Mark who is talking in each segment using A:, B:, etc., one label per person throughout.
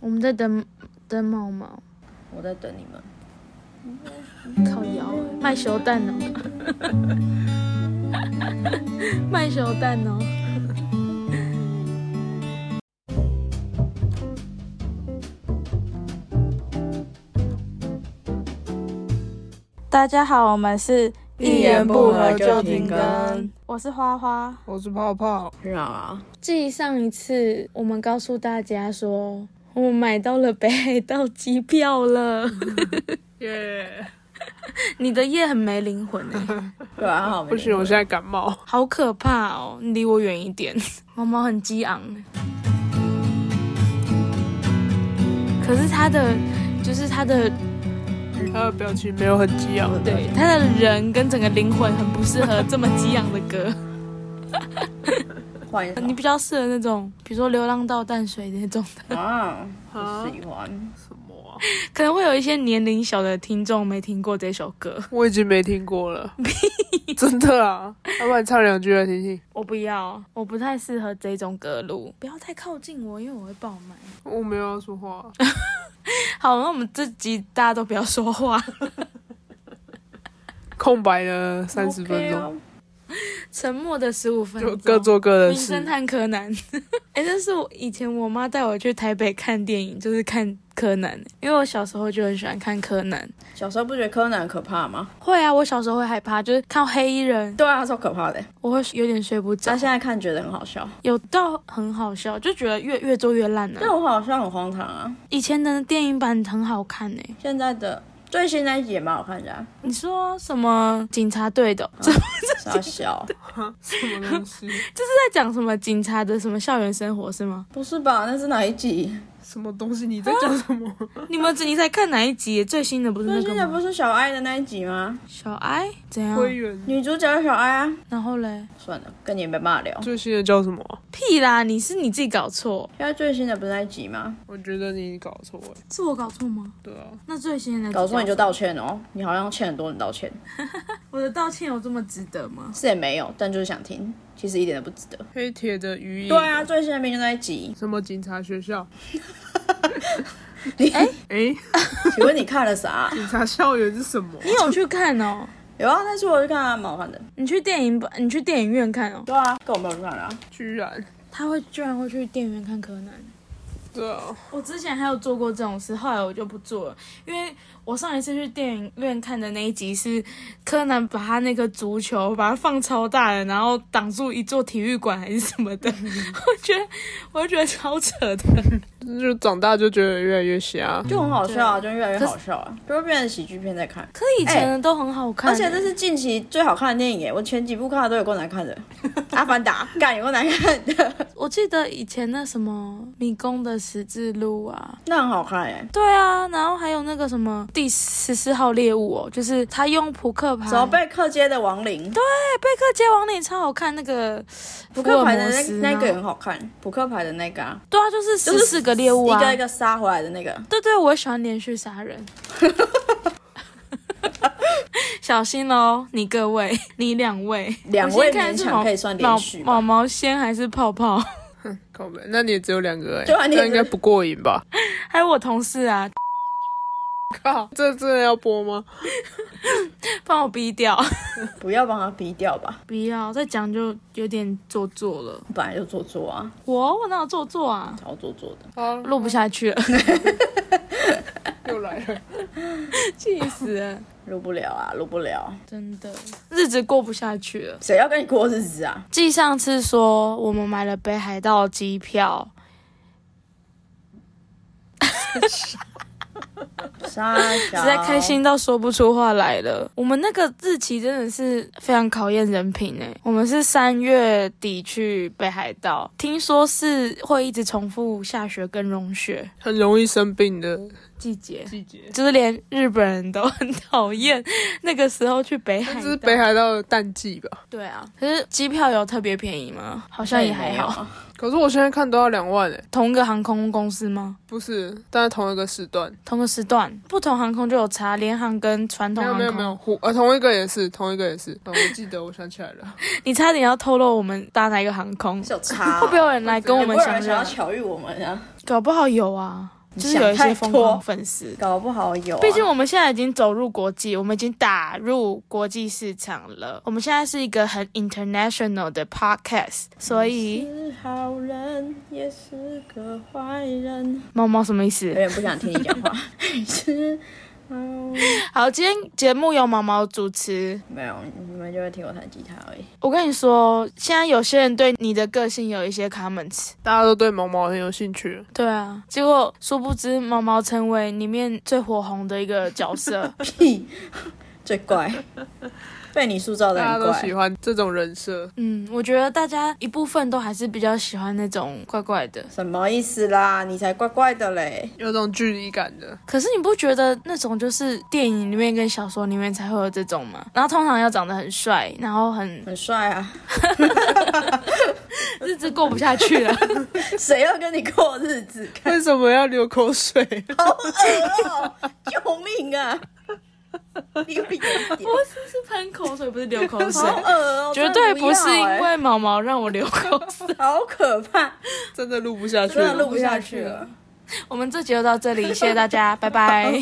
A: 我们在等等毛毛，
B: 我在等你们。
A: 靠腰欸卖熟蛋哦， 卖熟蛋哦。
C: 大家好，我们是
B: 一言不合就停更，
C: 我是花花，
D: 我是泡泡，
B: 是啊，
A: 继上一次我们告诉大家说，我们买到了北海道机票了，
D: 耶、
A: 你的夜很没灵魂欸，
B: 对啊，好，
D: 不行，我现在感冒。
A: 好可怕哦！你离我远一点， 毛毛很激昂欸。可是他的，就是他的，
D: 他的表情没有很激昂，
A: 对他的人跟整个灵魂很不适合这么激昂的歌。
B: 换一首
A: 你比较适合那种，比如说《流浪到淡水》那种的，
B: 啊， 不喜欢。
D: 什么啊？
A: 可能会有一些年龄小的听众没听过这首歌。
D: 我已经没听过 了，真的啊！要不然唱两句来听听。
A: 我不要，我不太适合这种歌路，不要太靠近我，因为我会爆麦。
D: 我没有要说话，
A: 好，那我们这集大家都不要说话，
D: 空白了三十分
B: OK
D: 钟，
B: 啊，
A: 沉默的十五分
D: 就
A: 钟，
D: 各做各的
A: 名
D: 事
A: 侦。探柯南， 哎、这是我以前我妈带我去台北看电影，就是看柯南，因为我小时候就很喜欢看柯南。
B: 小时候不觉得柯南可怕吗？
A: 会啊，我小时候会害怕，就是看到黑衣人，
B: 对啊，他超可怕的。
A: 我会有点睡不着
B: 但。现在看觉得很好笑，
A: 有到很好笑，就觉得越越做越烂了、
B: 但我好像很荒唐啊。
A: 以前的电影版很好看欸呢、
B: 现在的最新那一集也蛮好看的啊，
A: 你说什么警察队的？这
B: 傻笑，
D: 什么东 西？
A: 在讲什么警察的什么校园生活是 吗？
B: 不是吧？那是哪一集？
D: 什么东西？你在讲什么？
A: 你们你才看哪一集？最新的不是
B: 最
A: 那个
B: 新的不
A: 吗？
B: 是小爱的那一集吗？
A: 小哀怎样？
D: 灰原
B: 女主角是小爱啊。
A: 然后嘞？
B: 算了，跟你也没办法聊。
D: 最新的叫什么啊？
A: 屁啦！你是你自己搞错，
B: 现在最新的不是那一集吗？
D: 我觉得你搞错哎、
A: 是我搞错吗？
D: 对啊，
A: 那最新的
B: 搞错你就
A: 道
B: 道歉哦，你好像欠很多人道歉，
A: 我的道歉有这么值得吗？
B: 是也没有，但就是想听，其实一点都不值得。
D: 黑铁的鱼影。
B: 对啊，最新的名就那一集，
D: 什么警察学 校？
B: 你哎，
D: 哎、
B: 请问你看了啥？
D: 警察校园是什么啊？
A: 你有去看哦？
B: 有啊，但是我去看啊，蛮好看的。
A: 你去电影版，你去电影院看哦？
B: 对啊，跟我没有去看了啊。
D: 居然？
A: 他会居然会去电影院看柯南。
D: 对啊，
A: 我之前还有做过这种事，后来我就不做了，因为我上一次去电影院看的那一集是柯南把他那个足球把它放超大的，然后挡住一座体育馆还是什么 的，我觉得我觉得超扯的。
D: 就长大就觉得越来越瞎。
B: 就很好笑啊，就越来越好笑啊，就会变成喜剧片在看。
A: 可以前的都很好看、欸
B: 而且这是近期最好看的电影耶，我前几部看的都有够难 看的，《阿凡达》干有够难看的，
A: 我记得以前那什么迷宫的十字路啊，
B: 那很好看哎。
A: 对啊，然后还有那个什么第十四号猎物哦，就是他用扑克牌，
B: 怎么被克街的亡灵？对，
A: 贝克街亡灵超好看，那个
B: 扑克牌的
A: 福尔摩斯
B: 那那
A: 吗
B: 个也很好看，扑克牌的那个啊，
A: 对啊，就是
B: 就
A: 十
B: 是
A: 四个猎物啊，
B: 一个一个杀回来的那个。
A: 对对，我喜欢连续杀 人。小心喽，你各位，你两位，
B: 两位
A: 我先看是
B: 勉强
A: 毛
B: 可以算连续吧
A: 毛毛毛先还是泡泡？
D: 靠北，那你也只有两个哎、
B: 对啊你也
D: 那应该不过瘾吧？
A: 还有我同事啊，
D: 靠，这真的要播吗？
A: 帮我逼掉，
B: 不要帮他逼掉吧，
A: 不要再讲就有点做作了。
B: 本来就做作啊，
A: 我我哪有做作啊？
B: 超做作的。
D: 好，
A: 录不下去 了，
D: 又来了。
A: 气死了，
B: 录不了啊，录不了，
A: 真的，日子过不下去了。
B: 谁要跟你过日子啊？
A: 继上次说我们买了北海道机票，
B: 傻小，
A: 实在开心到说不出话来了。我们那个日期真的是非常考验人品哎、我们是三月底去北海道，听说是会一直重复下雪跟融雪
D: 很容易生病的
A: 季节，
D: 季节，
A: 就是连日本人都很讨厌那个时候去北海
D: 这
A: 道。
D: 是北海道的淡季吧？
A: 对啊，可是机票有特别便宜吗？好像也还好，
B: 好。
D: 可是我现在看都要两万哎、
A: 同个航空公司吗？
D: 不是，但是同一个时段。
A: 同个时段，不同航空就有差，联航跟传统
D: 没
A: 航
D: 有没
A: 空。
D: 有没有，虎呃同一个也是，同一个也是。哦、我记得，我想起来了，
A: 你差点要透露我们搭
D: 啊
A: 哪一个航空，
B: 是有差、
A: 会不会有人来跟我
B: 我
A: 们
B: 有人
A: 相
B: 想要
A: 认？
B: 巧遇我们啊？
A: 搞不好有啊，就是有一些疯狂
B: 想太多
A: 粉丝。
B: 搞不好有、啊。
A: 毕竟我们现在已经走入国际，我们已经打入国际市场了。我们现在是一个很 international 的 podcast，所以
B: 是好人，也是个坏人。
A: 猫猫什么意
B: 有
A: 思？
B: 点不想听你讲话。是啊好人，
A: 好，今天节目由毛毛主持。
B: 没有，你们就会听我弹吉他而已。
A: 我跟你说，现在有些人对你的个性有一些 comments。
D: 大家都对毛毛很有兴趣。
A: 对啊，结果殊不知毛毛成为里面最火红的一个角 色。
B: 屁，最怪，被你塑造的
D: 大家
B: 很
D: 都喜
B: 怪。
D: 欢这种人设，
A: 嗯，我觉得大家一部分都还是比较喜欢那种怪怪的。
B: 什么意思啦？你才怪怪的嘞！
D: 有种距离感的。
A: 可是你不觉得那种就是电影里面跟小说里面才会有这种吗？然后通常要长得很帅，然后很
B: 很帅啊，
A: 日子过不下去 了。
B: 谁要跟你过日子？看
D: 为什么要流口水？
B: 好恶哦、 救命啊！ 丢脸一点，
A: 是喷口水，不是流口水。
B: 好恶哦、
A: 绝对
B: 真的
A: 不是因
B: 要欸欸
A: 为毛毛让我流口水。
B: 好可怕，
D: 真的录不下去
B: 真的
D: 了。
B: 录不下去了。
A: 我们这集就到这里，谢谢大家，拜拜。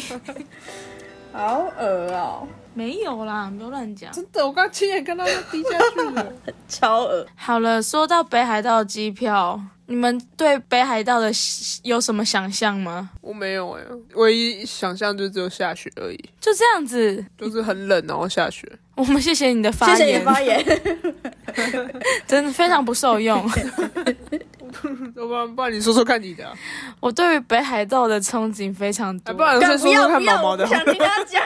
B: 好恶哦、
A: 没有啦，不要乱讲。
D: 真的，我刚亲眼看到它滴下去了。
B: 超恶。
A: 好了，说到北海道的机票，你们对北海道的有什么想象吗？
D: 我没有哎、唯一想象就只有下雪而已，
A: 就这样子，
D: 就是很冷然后下 雪。
A: 我们谢谢你的发
B: 谢
A: 言，
B: 谢你的发言，
A: 真的非常不受用。
D: 要不然不然你说说看你的、啊，
A: 我对于北海道的憧憬非常
D: 哎
A: 多
D: 不。然
B: 干
D: 先
B: 不
D: 说说
B: 要
D: 看
B: 不
D: 毛
B: 要，
D: 毛
B: 我
D: 的
B: 不
D: 好了，
B: 想听他讲，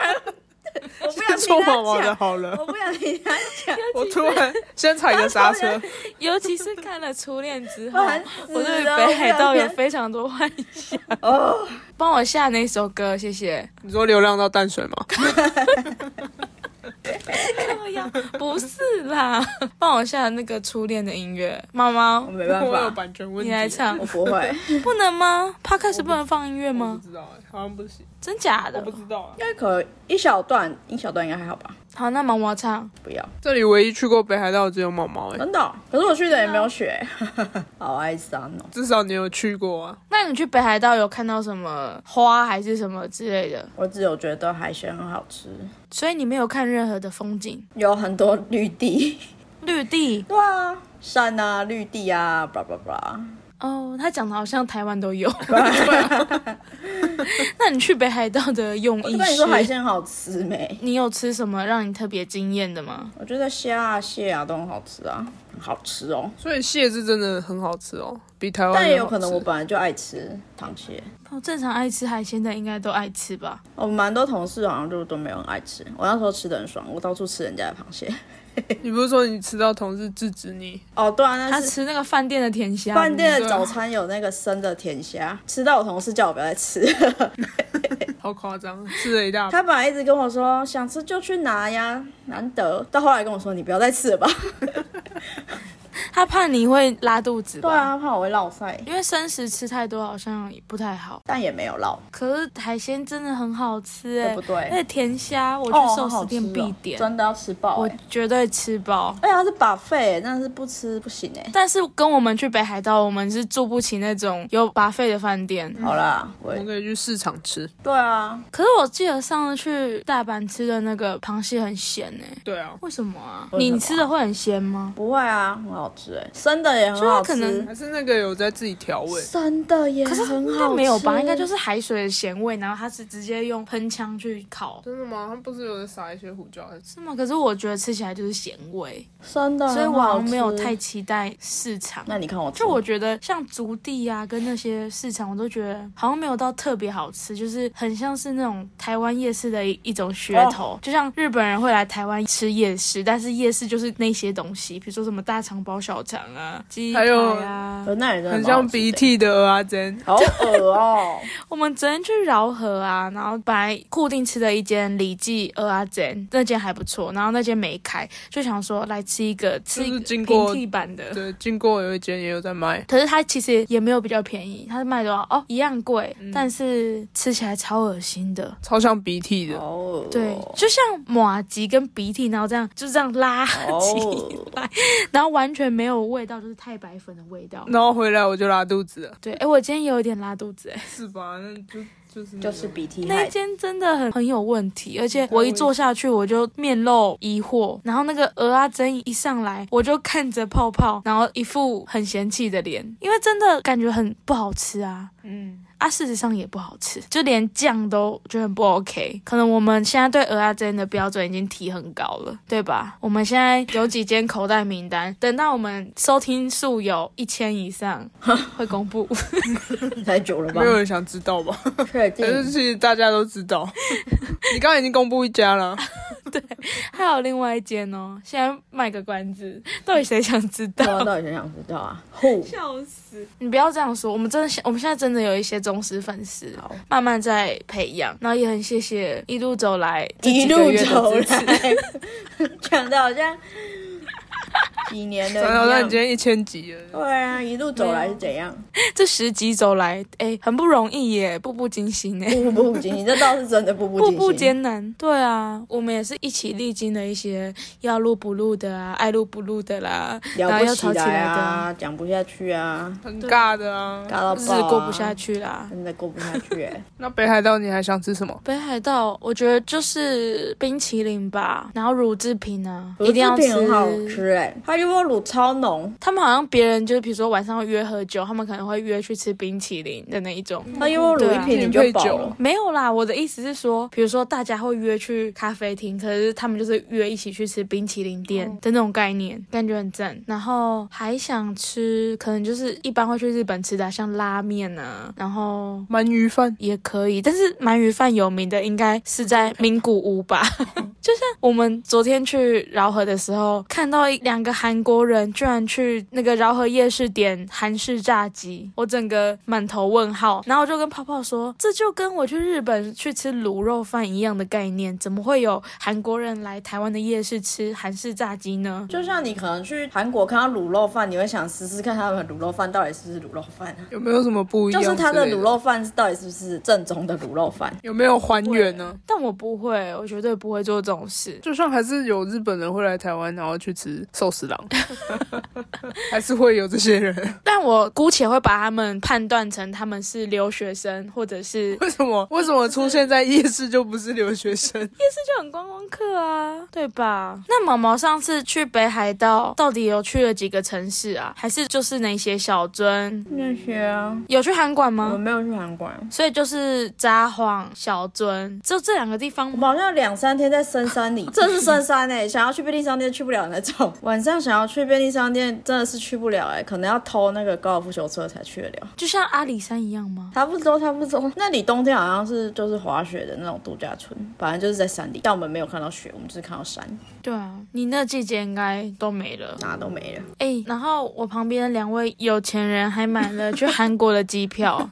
B: 我不想
D: 先 说
B: 听
D: 毛毛
B: 他
D: 的
B: 讲，
D: 好了
B: 我。不想听他讲，
D: 我突然先踩个 刹车，
A: 尤其是看了《初恋》之后，
B: 烦死了
A: 我对于北海道有非常多幻想。
B: 哦，
A: 帮我下哪首歌？谢谢。
D: 你说流浪到淡水吗？
A: 不是啦，帮我下那个《初恋》的音乐。猫猫
B: 我，没办
D: 我有
B: 法，
D: 版权问
A: 你
D: 题。
A: 来唱
B: 我，不会，应
A: 不能吗？p 开始不能放音乐
D: 我不
A: 吗？
D: 知道哎、
B: 欸
D: 好像不行，
A: 真假
D: 我
A: 的
D: 不？知道啊。
B: 该可以一小段，一小段应该还好吧？
A: 好，那毛毛唱。
B: 不要，
D: 这里唯一去过北海道的只有毛毛哎、
B: 真的哦、可是我去的也没有雪， 好哀伤哦。
D: 至少你有去过啊。
A: 那你去北海道有看到什么花还是什么之类的？
B: 我只有觉得海鲜很好吃，
A: 所以你没有看任何的风景，
B: 有很多绿地，
A: 绿地
B: 对啊，山啊，绿地啊，巴拉巴拉。
A: 哦。他讲的好像台湾都有。那你去北海道的用
B: 我
A: 意
B: 就跟你说海
A: 是？
B: 鲜好吃没？
A: 你有吃什么让你特别惊艳的吗？
B: 我觉得虾啊、蟹啊都很好吃啊，很好吃哦。
D: 所以蟹是真的很好吃哦，比台湾
B: 但也有
D: 好吃
B: 可能我本来就爱吃螃蟹，
A: 我哦正常爱吃海鲜的应该都爱吃吧。
B: 我们蛮多同事好像就都没有很爱吃。我那时候吃的很爽，我到处吃人家的螃蟹。
D: 你不是说你吃到同事制止你？
B: 哦，对啊，那
A: 他
B: 是
A: 吃那个饭店的甜虾，
B: 饭店的
D: 对啊
B: 早餐有那个生的甜虾，吃到我同事叫我不要再吃。
D: 好夸张，吃了一大
B: 他本来一直跟我说想吃就去拿呀，难得。到后来跟我说你不要再吃了吧。
A: 他怕你会拉肚子吧？
B: 对，啊，怕我会落腮，
A: 因为生食吃太多好像也不太好。
B: 但也没有落，
A: 可是海鲜真的很好吃哎、
B: 对不对？
A: 那甜虾，我去
B: 哦，
A: 寿
B: 好好
A: 司
B: 吃
A: 店
B: 哦
A: 必点，
B: 真的要吃饱、
A: 我
B: 欸。
A: 绝对吃饱。
B: 而且它是 buffet，但是不吃不行哎、
A: 但是跟我们去北海道，我们是住不起那种有把费的饭店。
B: 好啦，我
D: 我们可以去市场吃。
B: 对啊，
A: 可是我记得上次去大阪吃的那个螃蟹很咸哎、
D: 对啊，
A: 为什么啊？
B: 为什么啊
A: 你吃的会很咸吗？
B: 不会啊，很好吃哎、生的也很好吃，
A: 就是它可能
D: 还是那个有在自己调味，
B: 生的也
A: 可
B: 哎很
A: 是
B: 好吃，
A: 应该没有吧？应该就是海水的咸味，然后它是直接用喷枪去烤，
D: 真的吗？他不是有的撒一些胡椒还是？
A: 是吗？可是我觉得吃起来就是咸味，
B: 生的，
A: 所以我好像没有太。期待市场。
B: 啊那你看我吃，
A: 就我觉得像竹地啊，跟那些市场，我都觉得好像没有到特别好吃，就是很像是那种台湾夜市的一一种
B: 哦
A: 噱头，就像日本人会来台湾吃夜市，但是夜市就是那些东西，比如说什么大肠包小肠啊、鸡排
D: 还有
A: 啊。
B: 呃那也真的
D: 很
B: 蛮好吃
D: 像
B: 的
D: 鼻，涕的蚵仔煎，
B: 好恶 哦、
A: 我们昨天去饶河啊，然后本来固定吃的一间李记鹅阿珍，那间还不错，然后那间没开，就想说来吃一个吃一
D: 就
A: 个
D: 是经
A: 平
D: 过
A: 替版的，
D: 对，经过有一间也有在卖，
A: 可是它其实也没有比较便宜，它是卖多少？哦，一样贵，
D: 嗯
A: 但是吃起来超恶心的。
D: 超像鼻涕的。
B: 好恶哦、
A: 对，就像马吉跟鼻涕，然后这样就这样拉起
B: 哦
A: 来，然后完全没没有味道，就是太白粉的味道。
D: 然后回来我就拉肚子了，
A: 对，哎，我今天也有一点拉肚子，哎，
D: 是吧？那就就是
B: 就是鼻涕
A: 那
B: 害
A: 一
B: 的。
A: 间真的很很有问题，而且我一坐下去我就面露疑惑，然后那个鹅啊蒸一上来，我就看着泡泡，然后一副很嫌弃的脸，因为真的感觉很不好吃啊。
B: 嗯，
A: 啊，事实上也不好吃，就连酱都觉得很不 OK。可能我们现在对鹅啊煎的标准已经提很高了，对吧？我们现在有几间口袋名单，等到我们收听数有一千以 上，会公布。
B: 太久了吧
D: 没？有人想知道吧？
B: 确定
D: 可？是其实大家都知 道，你刚刚已经公布一家了，
A: 还有另外一间哦，现在卖个关子， 到底谁想知
B: 不知道
A: 道？
B: 到底谁想知道啊？Who？
A: 笑死！你不要这样说，我们真的想，我们现在真的有一些忠实粉丝，
B: 好，
A: 慢慢在培养，然后也很谢谢一路走来这
B: 一
A: 几个
B: 路
A: 月的
B: 走
A: 支持。
B: 来， 讲的好像几年 的
D: 然后那你
B: 一
D: 今
B: 样。
D: 天一千集了，
B: 对啊，一路走来是怎样？
A: 这十集走来，哎，很不容易耶，步步惊心 哎，
B: 步步惊心，这倒是真的步步
A: 步
B: 惊心。
A: 步艰难。对啊，我们也是一起历经了一些要录不录的啊，爱录不录的啦，然
B: 聊
A: 后
B: 不
A: 要
B: 起
A: 吵起啊
B: 来
A: 来的啊，
B: 啊，讲不下去啊，
D: 很尬的啊。
B: 尬到
A: 日
B: 爆、
A: 子
B: 啊，
A: 过不下，去啦。
B: 真的过不下去、欸。
D: 那北海道你还想吃什么？
A: 北海道，我觉得就是冰淇淋吧，然后乳制品啊，
B: 可 是
A: 一定要
B: 这
A: 吃。
B: 饼很好吃哎、欸，它就说卤超浓，
A: 他们好像别人就是，比如说晚上会约喝酒，他们可能会约去吃冰淇淋的那一种。
B: 它就说卤
A: 对
B: 一
A: 啊
B: 瓶你就饱了。
A: 没有啦，我的意思是说，比如说大家会约去咖啡厅，可是他们就是约一起去吃冰淇淋店的那种概念，感觉很赞。然后还想吃，可能就是一般会去日本吃的啊、像拉面啊，然后
D: 鳗鱼饭，
A: 也可以，但是鳗鱼饭有名的应该是在名古屋吧？ 就像我们昨天去饶河的时候，看到一两个韩国人居然去那个饶河夜市点韩式炸鸡，我整个满头问号。然后我就跟泡泡说，这就跟我去日本去吃卤肉饭一样的概念，怎么会有韩国人来台湾的夜市吃韩式炸鸡呢？
B: 就像你可能去韩国看到卤肉饭，你会想试试看他们的卤肉饭到底是不是卤肉饭啊？
D: 有没有什么不一
B: 就
D: 样？
B: 是它的卤，肉饭到底是不是正宗的卤肉饭？
D: 有没有还原呢？
A: 但我不会，我绝对不会做这种事。
D: 就算还是有日本人会来台湾，然后去吃寿司郎， 还是会有这些人。
A: 但我姑且会把他们判断成他们是留学生，或者是
D: 为什么？为什么出现在夜市就不是留学生？
A: 就很观光客啊，对吧？那毛毛上次去北海道，到底有去了几个城市啊？还是就是那些小樽？
B: 那些啊，
A: 有去函馆
B: 我
A: 吗？
B: 没有去韩国啊，
A: 所以就是札幌、小樽，就这两个地方
B: 我
A: 吗。
B: 们好像两三天在深山里，这是深山 哎、想要去便利商店去不了那种。晚上想要去便利商店真的是去不了哎、可能要偷那个高尔夫球车才去得了。
A: 就像阿里山一样吗？
B: 差不多，差不多。那你冬天好像是就是滑雪的那种度假村，反正就是在山里。但我们没有看到雪，我们就是看到山，
A: 对啊，你那季节应该都没了。
B: 哪都没了。
A: 哎、然后我旁边的两位有钱人还买了去韩国的机 票，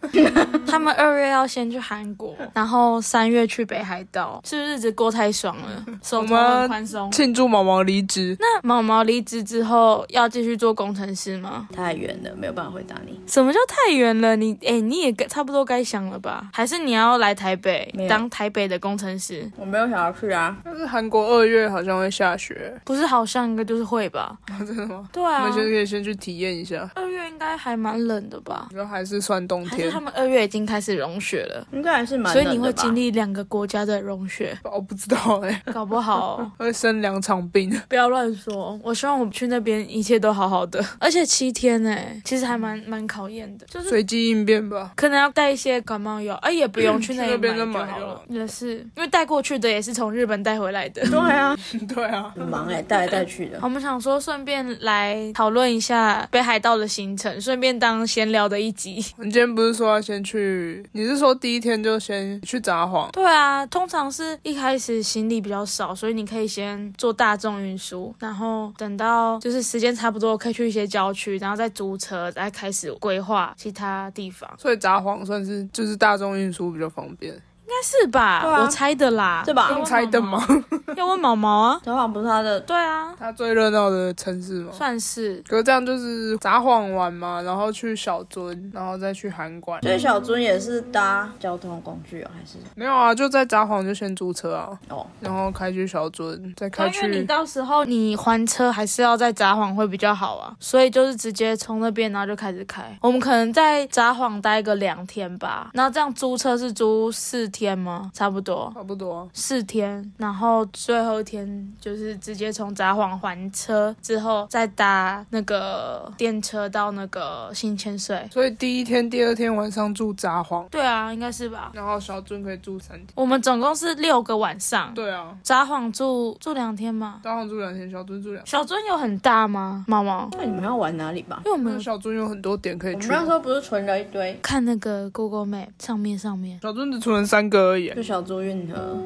A: 他们二月要先去韩国，然后三月去北海道，是不是日子过太爽 了，手头很宽松？
D: 庆祝毛毛离职，
A: 那毛毛离职之后要继续做工程师吗？
B: 太远了，没有办法回答你。
A: 什么叫太远了？你哎、你也该差不多该想了吧？还是你要来台北
B: 没有
A: 当台北的工程师？
B: 我没有想要去啊，
D: 但是韩国二月好像会下雪，
A: 不是好像应该就是会吧？
B: 哦
D: 真的吗？
A: 对
D: 我
A: 啊
D: 们，先可以先去体验一下。
A: 二月应该还蛮冷的吧？
D: 然后还是算冬
A: 还是
D: 天
A: 他，们二月已经开始融雪了？
B: 应该还是蛮
A: 所
B: 冷
A: 以你会
B: 的吧
A: 经历两个国家的融雪，
D: 我不知道哎、
A: 搞不好 哦、
D: 会生两场病。
A: 不要乱说。我希望我去那边一切都好好的，而且七天呢、其实还蛮蛮考验的，就是
D: 随机应变吧。
A: 可能要带一些感冒药，哎、也不用去那
D: 去那
A: 里
D: 边就
A: 买
D: 买
A: 好
D: 了
A: 了，也是因为带过去的也是从日本带回来的。
B: 对啊，
D: 对啊，
B: 很忙哎、带来带去的
A: 我。们想说，顺便来讨论一下北海道的行程，顺便当闲聊的一集。
D: 你今天不是说要先去？你是说第一天就先去札幌？
A: 对啊，通常是一开始行李比较少，所以你可以先坐大众运输，然后等到就是时间差不多，可以去一些郊区，然后再租车，再开始规划其他地方。
D: 所以札幌算是就是大众运输比较方便，
A: 应是吧？
B: 对啊
A: 我猜的啦，
B: 对吧
A: 要问
D: 用猜的
A: 毛
D: 吗
A: 毛？？要问毛毛啊？
B: 札幌不是他的
A: 对啊，
D: 它最热闹的城市吗？
A: 算是
D: 可是这样就是札幌玩嘛，然后去小樽，然后再去函馆。
B: 所以小樽也是搭交通工具哦，还是
D: 没有啊，就在札幌就先租车啊，
B: 哦？
D: 然后开去小樽，
A: 对
D: 再开
A: 啊，因为你
D: 去。
A: 到时候你还车还是要在札幌会比较好啊，所以就是直接从那边然后就开始开。我们可能在札幌待个两天吧，然后这样租车是租四天吗？差不多。
D: 差不多啊、
A: 四天，然后最后一天就是直接从札幌还车之后，再搭那个电车到那个新千岁。
D: 所以第一天、第二天晚上住札幌，
A: 对啊，应该是吧？
D: 然后小樽可以住三天。
A: 我们总共是六个晚上，
D: 对啊，
A: 札幌住住两天嘛。
D: 札幌住两天，小樽住两天。
A: 小樽有很大吗？毛毛，
B: 那你们要玩哪里吧？
A: 因为我们
D: 那
A: 有
D: 小樽有很多点可以
B: 我们
D: 去。啊
B: 那时候不是存了一堆，
A: 看那个 Google Map 上面上面，
D: 小樽只出了三个而已。
A: 嗯
B: 就小猪运河。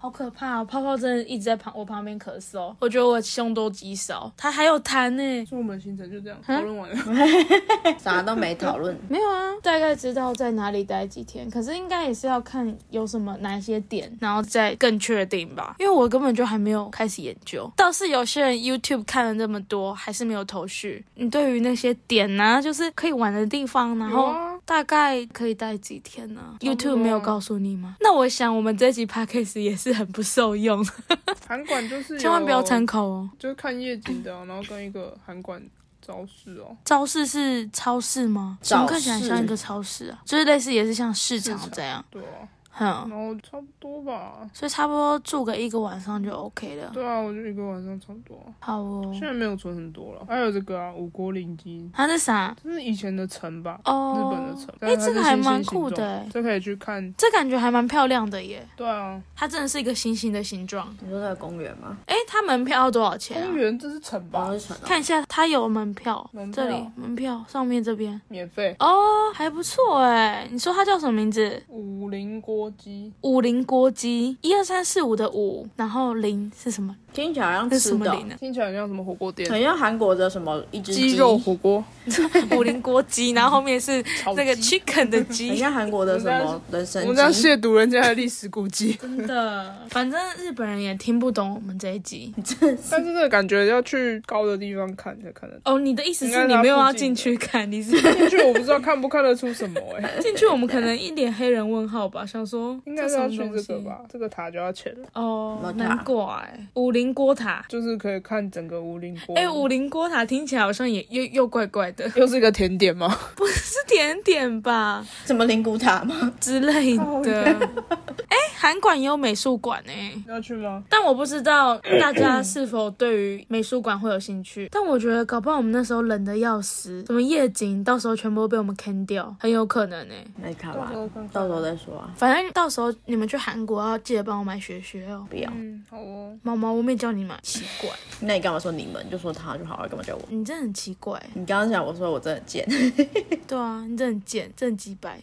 A: 好可怕、哦！泡泡真的一直在旁我旁边咳嗽，我觉得我凶多吉少。它还有痰呢、
D: 所以我们行程就这样
A: 嗯
D: 讨论完了。
B: 啥都没讨论。
A: 没有啊，大概知道在哪里待几天，可是应该也是要看有什么哪些点，然后再更确定吧。因为我根本就还没有开始研究，倒是有些人 YouTube 看了这么多，还是没有头绪。你对于那些点呢、就是可以玩的地方，然
D: 有
A: 后
D: 啊，
A: 大概可以待几天呢、
D: 差不多啊
A: YouTube 没有告诉你吗？那我想我们这集 Podcast 也是很不受用，
D: 韩馆就是有
A: 千万不要参，考哦。
D: 就是看夜景的啊、然后跟一个韩馆招式哦，
A: 超市是超市吗？怎
B: 早
A: 么看起来像一个超市啊？就是类似也是像市场
D: 市场
A: 这样，
D: 对啊，
A: 哼。
D: 然后差不多吧。
A: 所以差不多住个一个晚上就 OK 了。
D: 对啊，我就一个晚上差不多啊、
A: 好哦
D: 现，在没有存很多了。还有这个啊，五国领巾，
A: 它是啥？
D: 这是以前的城吧，
A: 哦，
D: 日本的城。
A: 哎、
D: 但是它
A: 这
D: 是
A: 个还
D: 星星
A: 蛮
D: 形
A: 酷的
D: 状
A: 哎，
D: 这可以去看。
A: 这感觉还蛮漂亮的耶。
D: 对啊，
A: 它真的是一个星星的形状。
B: 你说那个公园吗？
A: 哎、它门票要多少钱
D: 公
A: 啊？
D: 园这是城吧
B: 王，是城哦。
A: 看一下，它有门票，
D: 哎门票
A: 这里门票上面这边
D: 免费。
A: 哦，还不错哎。你说它叫什么名字？
D: 五菱锅鸡，
A: 五菱锅鸡，一二三四五的五，然后零是什么？
B: 听起来好像
A: 是什
B: 吃
A: 么
B: 的哦，
A: 零呢、
D: 听起来很像什么火锅店？
B: 很像韩国的什么一只
D: 鸡肉火锅，
A: 五菱锅鸡，然后后面 是
D: 炒
A: 那个
D: 鸡。哎
A: chicken 的
B: 很
A: 鸡。
B: 像韩国的什么人
D: 我
B: 参
D: 们这样
B: 鸡。
D: 亵渎人家的历史 古迹，
A: 真的，反正日本人也听不懂我们这一集。
D: 嗯但是这个感觉要去高的地方看才看得到。
A: 哦，你的意思
D: 应该
A: 是
D: 是
A: 你
D: 他
A: 没有
D: 附
A: 要
D: 近
A: 进
D: 的
A: 去看， 你是
D: 进去我不知道看不看得出什么哎、
A: 进去我们可能一脸黑人问号吧，想说
D: 应
A: 这
D: 该是
A: 什
D: 要
A: 么
D: 去
A: 东
D: 这
A: 西
D: 个吧，这个塔就要钱了，
A: 哦
B: 什么，塔
A: 难怪、武林锅塔。
D: 就是可以看整个五菱锅。
A: 哎、武林锅塔听起来好像也又又怪怪的，
D: 又是一个甜点吗？
A: 是甜点吧
B: 什么灵骨塔吗？
A: 之类的。哎、韩馆也有美术馆哎、
D: 要去吗？
A: 但我不知道大家是否对于美术馆会有兴趣。但我觉得搞不好我们那时候冷的要死，什么夜景到时候全部都被我们坑掉，很有可能哎、
B: 没看
D: 到
B: 吧
D: 时，候看看。
B: 到时候再说啊。
A: 反正到时候你们去韩国要记得帮我买雪靴哦。
B: 不要，
D: 嗯，好哦。
A: 毛毛，我没叫你买，奇怪，
B: 那你干嘛说你们？就说他就好了，干嘛叫我？
A: 你真的很奇怪。
B: 你刚刚讲我说我真的贱，
A: 对啊，你真的很贱，真的鸡掰。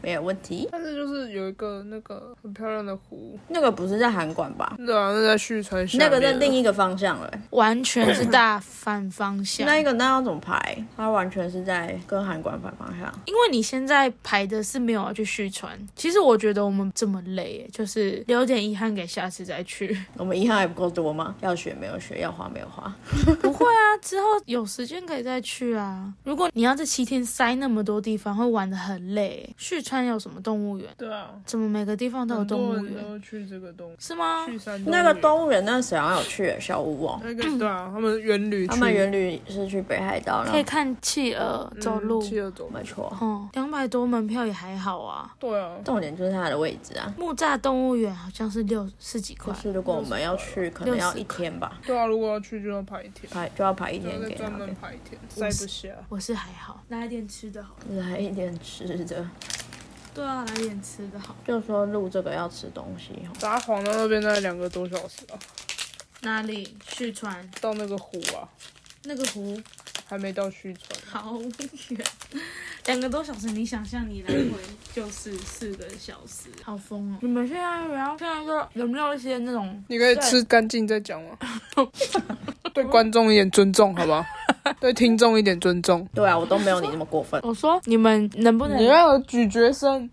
B: 没有问题。
D: 但是就是有一个那个很漂亮的湖，
B: 那个不是在韩馆吧？
D: 对啊，那在旭川下
B: 那
D: 面
B: 个在另一个方向了，
A: 完全是大反方
D: 啊
A: 向。
B: 那一个那要怎么排？它完全是在跟韩馆反方向。
A: 因为你现在排的是没有要去续船，其实我觉得我们这么累，欸就是留点遗憾给下次再去。
B: 我们遗憾还不够多吗？要学没有学，要花没有花。
A: 不会啊，之后有时间可以再去啊。如果你要这七天塞那么多地方，会玩的很累。旭川有什么动物园？
D: 对啊，
A: 怎么每个地方都有
D: 很
A: 动
D: 多
A: 物
D: 人
A: 园？
D: 都去这个东
A: 是吗？
D: 旭山
B: 那个
D: 东
B: 动物园，那个谁好像有去小屋哦。
D: 那个对啊，他们远旅去，
B: 他们原旅是去北海道，然
A: 可以
B: 后
A: 看企鹅走
D: 嗯
A: 路。
D: 企鹅走路
B: 没错。
A: 哦，两百多门票也还好啊。
D: 对啊，
B: 重点就是它的位置啊，
A: 木栅动物园好像是六十几块
B: 就，是如果我们要去，可能要一天吧，
D: 对啊，如果要去就要排一天，
B: 排就要排一
D: 就
B: 天
D: 要
B: 给他
D: 专门
B: 们，
D: 排一天，塞不下。
A: 我是还好，来点吃的好。
B: 来一点吃的。
A: 对啊，来点吃的好。
B: 就说录这个要吃东西哦，
D: 札幌到那边大概两个多小时啊，
A: 哪里？旭川
D: 到那个湖啊，
A: 那个湖
D: 还没到旭川。
A: 好远，两个多小时。你想象你来回就是四个小时，好疯哦！你们现在有要现在就有没有一些那种
D: 你可以吃干净再讲吗？ 对观众一点尊重，好吧？对听众一点尊重。
A: 哦
B: 对啊，我都没有你那么过分。
A: 我说你们能不能
D: 你要有咀嚼声，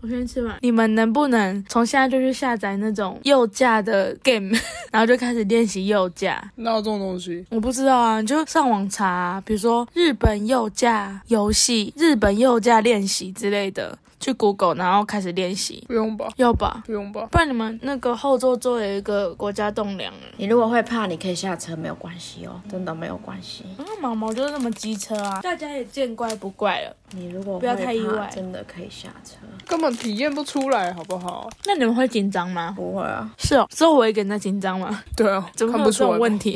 A: 我先吃完。你们能不能从现在就去下载那种右架的 game，然后 就开始练习右架？
D: 哪有这种东西？
A: 我不知道啊，你就上网查、比如说日本右架游戏、日本右架练习之类的，去 Google 然后开始练习，
D: 不用吧，
A: 要吧？
D: 不用吧。
A: 不然你们那个后座座有一个国家栋梁啊，
B: 你如果会怕，你可以下车，没有关系哦，真的没有关系。
A: 那嗯毛毛就是那么机车啊，大家也见怪不怪了。
B: 你如果
A: 不要太意
B: 会怕
A: 外
B: 真的可以下车。
D: 根本体验不出来，好不好？
A: 那你们会紧张吗？
B: 不会啊，
A: 是哦，只有我一个人在紧张吗？
D: 对啊，
A: 怎么
D: 看
A: 会有
D: 不
A: 这
D: 出来
A: 种
D: 吧。
A: 问 题？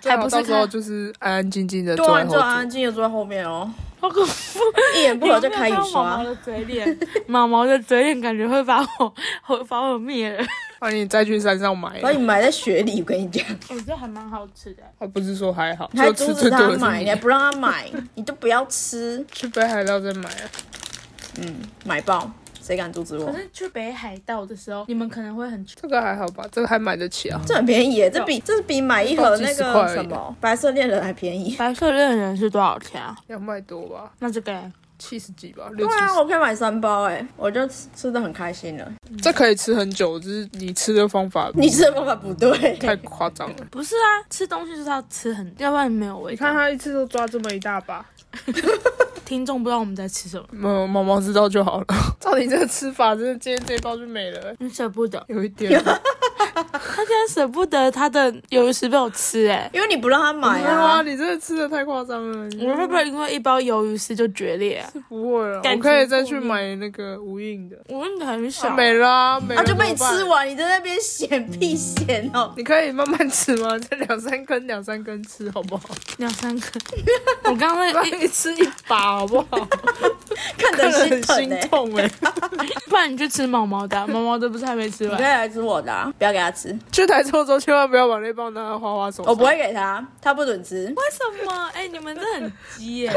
D: 对啊
A: 还不是
D: 到时候
A: 看
D: 就是安安静静的
B: 对
D: 坐
B: 啊，
D: 在
B: 你
D: 后
B: 就安
D: 座。
B: 安静静地坐在后面哦，
A: 好恐
B: 一言不合就
A: 看
B: 开雨
A: 到毛毛
B: 刷。
A: 的嘴脸， 毛毛的嘴脸感觉会把我， 会把我灭了。
D: 那你再去山上买，
B: 把你埋在雪里，我跟你讲，
A: 我觉得还蛮好吃的。
D: 他啊不是说还好，
B: 你还
D: 就
B: 阻
D: 吃
B: 止
D: 最
B: 他
D: 多的
B: 买，
D: 是
B: 你还
D: 你
B: 不让他买，你就不要吃，嗯
D: 去北海道再买啊。
B: 买爆，谁敢阻止我
A: 可？是去北海道的时候，你们可能会很
D: 这个还好吧？这个还买得起啊？
B: 这很便宜耶，这比这是比买一盒那
D: 几十块
B: 个
D: 而已
B: 什么白色恋人还便宜。
A: 白色恋人是多少钱啊？
D: 两百多吧，
A: 那这个嘞
D: 七十几吧，
B: 对
D: 六七
B: 啊，
D: 十。
B: 我可以买三包哎，我就吃吃的很开心了。
D: 这可以吃很久，就是你吃的方法
B: 你吃的方法不对，
D: 太夸张了。
A: 不是啊，吃东西就是要吃很，要不然没有味
D: 你
A: 道。
D: 看他一次都抓这么一大把，
A: 听众不知道我们在吃什么，
D: 毛毛毛知道就好了。 照你这个吃法，真的今天这一包就没了、
A: 你舍不得。
D: 有一点。
B: 啊
A: 他竟然舍不得他的鱿鱼丝被我吃、哎，
B: 因为你不让他买
D: 啊，
B: 啊。
D: 你真的吃的太夸张了。你
A: 我会不会因为一包鱿鱼丝就决裂啊？
D: 不会了，
A: 感
D: 我
A: 情
D: 可以再去
A: 负面
D: 买那个无印的。
A: 我问的很少、
D: 啊没了啊，没了、
B: 啊，就被你
D: 怎么办嗯
B: 吃。完，你在那边嫌屁嫌哦。
D: 你可以慢慢吃吗？ 这两三根两三根吃好不好？
A: 两三个。我刚刚
D: 不
A: 那
D: 然你吃一把好不 好？
B: 看得
D: 看得
B: 心
D: 很
B: 疼
D: 心
B: 哎、
D: 痛哎、
A: 不然你去吃毛毛的啊、毛毛的不是还没吃
B: 你
A: 完
B: 可以？来吃我的、啊，不要给他吃，
D: 去台中的时候千万不要把那包拿到花花手
B: 我
D: 上。
B: 不会给他，他不准吃。
A: 为什么？哎、你们真的很鸡耶、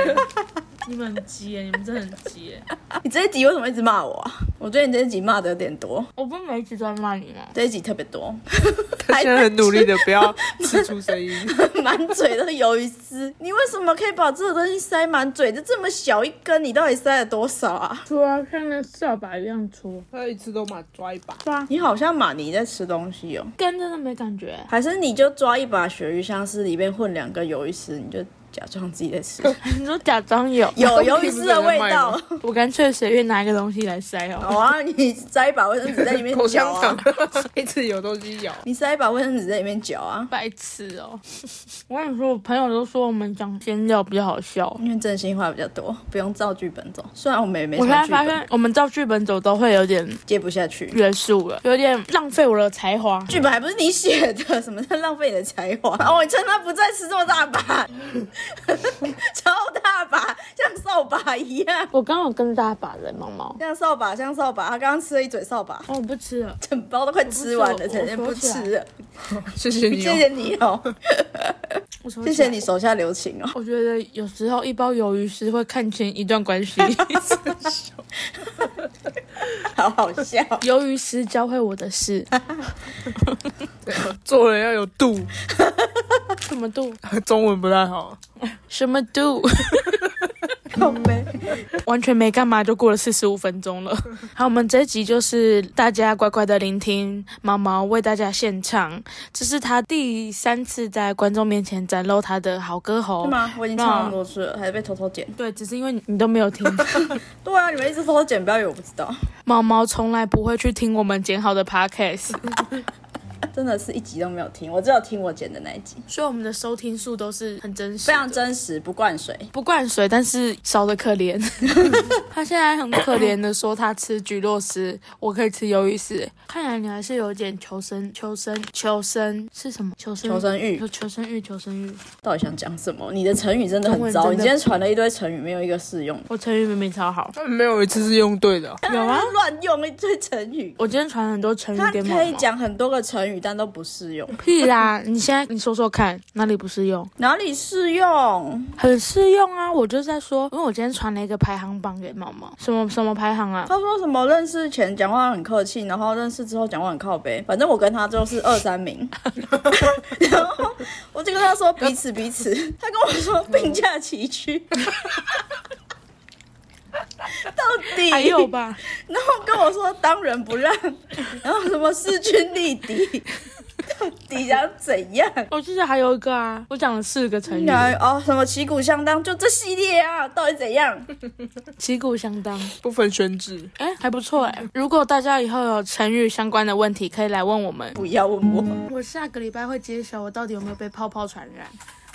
A: 你们很鸡耶、你们真的很鸡耶、
B: 啊你这一集为什么一直骂我啊？我觉得你这一集骂的有点多，
A: 我不是每一集都在骂你吗？
B: 这一集特别 多，
D: 他 现在很努力的不要吃出声音。
B: 满嘴都是鱿鱼丝。你为什么可以把这个东西塞满嘴？就这么小一根，你到底塞了多少啊？
A: 对啊，像那扫把一样粗，
D: 他一次都买抓一把，
B: 你好像马尼在吃东西哦，
A: 根真的没感觉、啊
B: 还是你就抓一把鳕鱼香丝，里面混两根鱿鱼丝，你就假装自己在 吃，
A: 你说假装有，
B: 有鱿鱼丝的味道。
A: 我干脆随便拿一个东西来塞哦。
B: 好啊，你塞一把卫生纸在里 面
D: 口
B: 嚼
D: 香
B: 啊
D: 糖， 一直有东西咬。
B: 你塞一把卫生纸在里面嚼啊，
A: 白痴哦！ 我跟你说，我朋友都说我们讲闲聊比较好笑。
B: 因为真心话比较多，不用照剧本走。虽然我们也没
A: 我
B: 什
A: 现
B: 么
A: 在
B: 剧
A: 发
B: 本，
A: 现，我们照剧本走都会有点
B: 接不下去。
A: 约束了，有点浪费我的才华。
B: 剧本还不是你写的，什么叫浪费你的才华？哦，你趁他不在吃这么大把， 超大把，像扫把一样，
A: 我刚好跟大家把人毛毛，
B: 像扫把，像扫把。他刚刚吃了一嘴扫把，
A: 哦，我不吃了。
B: 整包都快吃完
A: 我
B: 了，
A: 不吃我
B: 整天
A: 我
B: 不
A: 收起来
B: 吃了。
D: 谢谢你、
B: 谢
D: 哦，
B: 谢你哦，
A: 我收起
B: 谢
A: 来
B: 谢你。手下留情哦。
A: 我觉得有时候一包鱿鱼丝会看清一段关系。
B: 好好笑。
A: 鱿鱼丝教会我的事，
D: 做人要有度，
A: 什么度？
D: 中文不太好。
A: 什么度？
B: 靠背，
A: 完全没干嘛，就过了四十五分钟了。好，我们这一集就是大家乖乖的聆听毛毛为大家献唱，这是他第三次在观众面前展露他的好歌
B: 是
A: 喉。
B: 吗？我已经唱那么多次了，还被偷偷剪。
A: 对，只是因为你你都没有听。
B: 对啊，你们一直偷偷剪，不要以为我不知道，
A: 毛毛从来不会去听我们剪好的 podcast，
B: 真的是一集都没有听，我只有听我剪的那一集，
A: 所以我们的收听数都是很真实
B: 非
A: 的，
B: 常真实，不灌水。
A: 不灌水，但是少的可 怜。他现在很可怜的说他吃菊络丝，我可以吃鱿鱼丝。看来你还是有点求生、求生、求生是什么？求生、
B: 求生欲
A: 求求生欲、求生欲。
B: 到底想讲什么？你的成语真的很
A: 中
B: 糟，
A: 文真的
B: 你今天传了一堆成语，没有一个适用的。
A: 我成语明明超好，
D: 他们没有一次是用对的啊、
A: 有啊。
B: 乱用一堆成语，
A: 我今天传很多成语
B: 他
A: 给毛
B: 可以
A: 毛。
B: 讲很多个成语，但都不适用。
A: 屁啦！你现在你说说看，哪里不适用？
B: 哪里适用？
A: 很适用啊！我就是在说，因为我今天传了一个排行榜给毛毛，什么什么排行啊？
B: 他说什么认识前讲话很客气，然后认识之后讲话很靠背。反正我跟他就是二三名， 然后我就跟他说 彼此彼此，他跟我说并驾齐驱。 到 底
A: 还有吧？
B: 然后跟我说当仁不让，然后什么势均力敌， 到底想怎样？
A: 我记得哦还有一个啊，我讲了四个成语，
B: 然后哦，什么旗鼓相当，就这系列啊，到底怎样？
A: 旗鼓相当。
D: 不分轩制。
A: 哎，还不错哎。如果大家以后有成语相关的问题，可以来问我们。
B: 不要问我，
A: 我下个礼拜会揭晓我到底有没有被泡泡传染。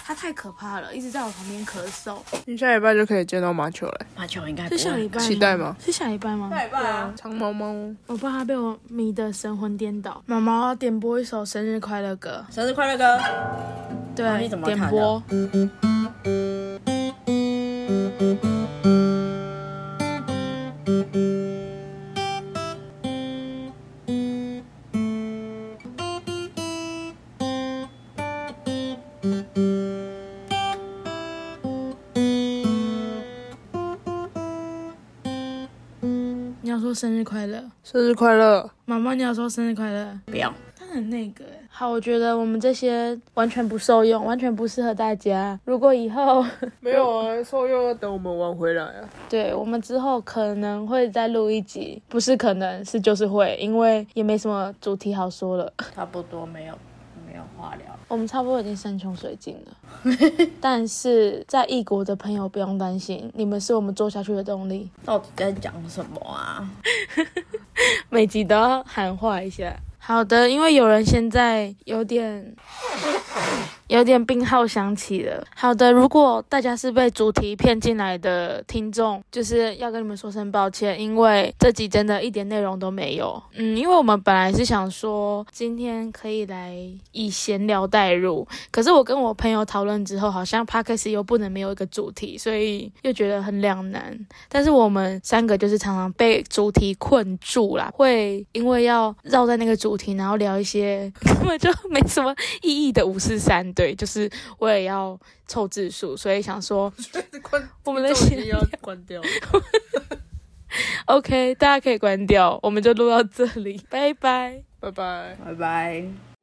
A: 它太可怕了，一直在我旁边咳嗽。
D: 你下礼拜就可以见到马球了，
B: 马球应该不
A: 是下礼
B: 会。
A: 拜吗
D: 期待吗？
A: 是下礼拜吗？
B: 拜啊！
D: 长毛猫，
A: 我怕它被我迷得神魂颠倒。毛毛点播一首生日快乐歌，
B: 生日快乐歌！
A: 对，
B: 啊你怎么弹
A: 点
B: 的
A: 播？你要说生日快乐，
D: 生日快乐！
A: 毛毛，你要说生日快乐。
B: 不要，
A: 他很那个欸好，我觉得我们这些完全不受用，完全不适合大家。如果以后，
D: 没有啊，兽又要等我们玩回来 啊。
A: 对我们之后可能会再录一集，不是可能是就是会，因为也没什么主题好说了。
B: 差不多没有没有话聊。
A: 我们差不多已经山穷水尽了，但是在异国的朋友不用担心，你们是我们做下去的动力。
B: 到底在讲什么啊？
A: 每集都要喊话一下。好的，因为有人现在有点有点病号响起了。好的，如果大家是被主题骗进来的听众，就是要跟你们说声抱歉，因为这集真的一点内容都没有。嗯，因为我们本来是想说今天可以来以闲聊代入，可是我跟我朋友讨论之后，好像 p a c k a s 又不能没有一个主题，所以又觉得很两难。但是我们三个就是常常被主题困住啦，会因为要绕在那个主题，然后聊一些根本就没什么意义的五四三，对， 就是我也要凑字数，所以想说
D: 关，
A: 我们的闲
D: 要关掉。
A: OK，大家可以关掉，我们就录到这里，拜拜。
D: 拜拜。
B: 拜拜。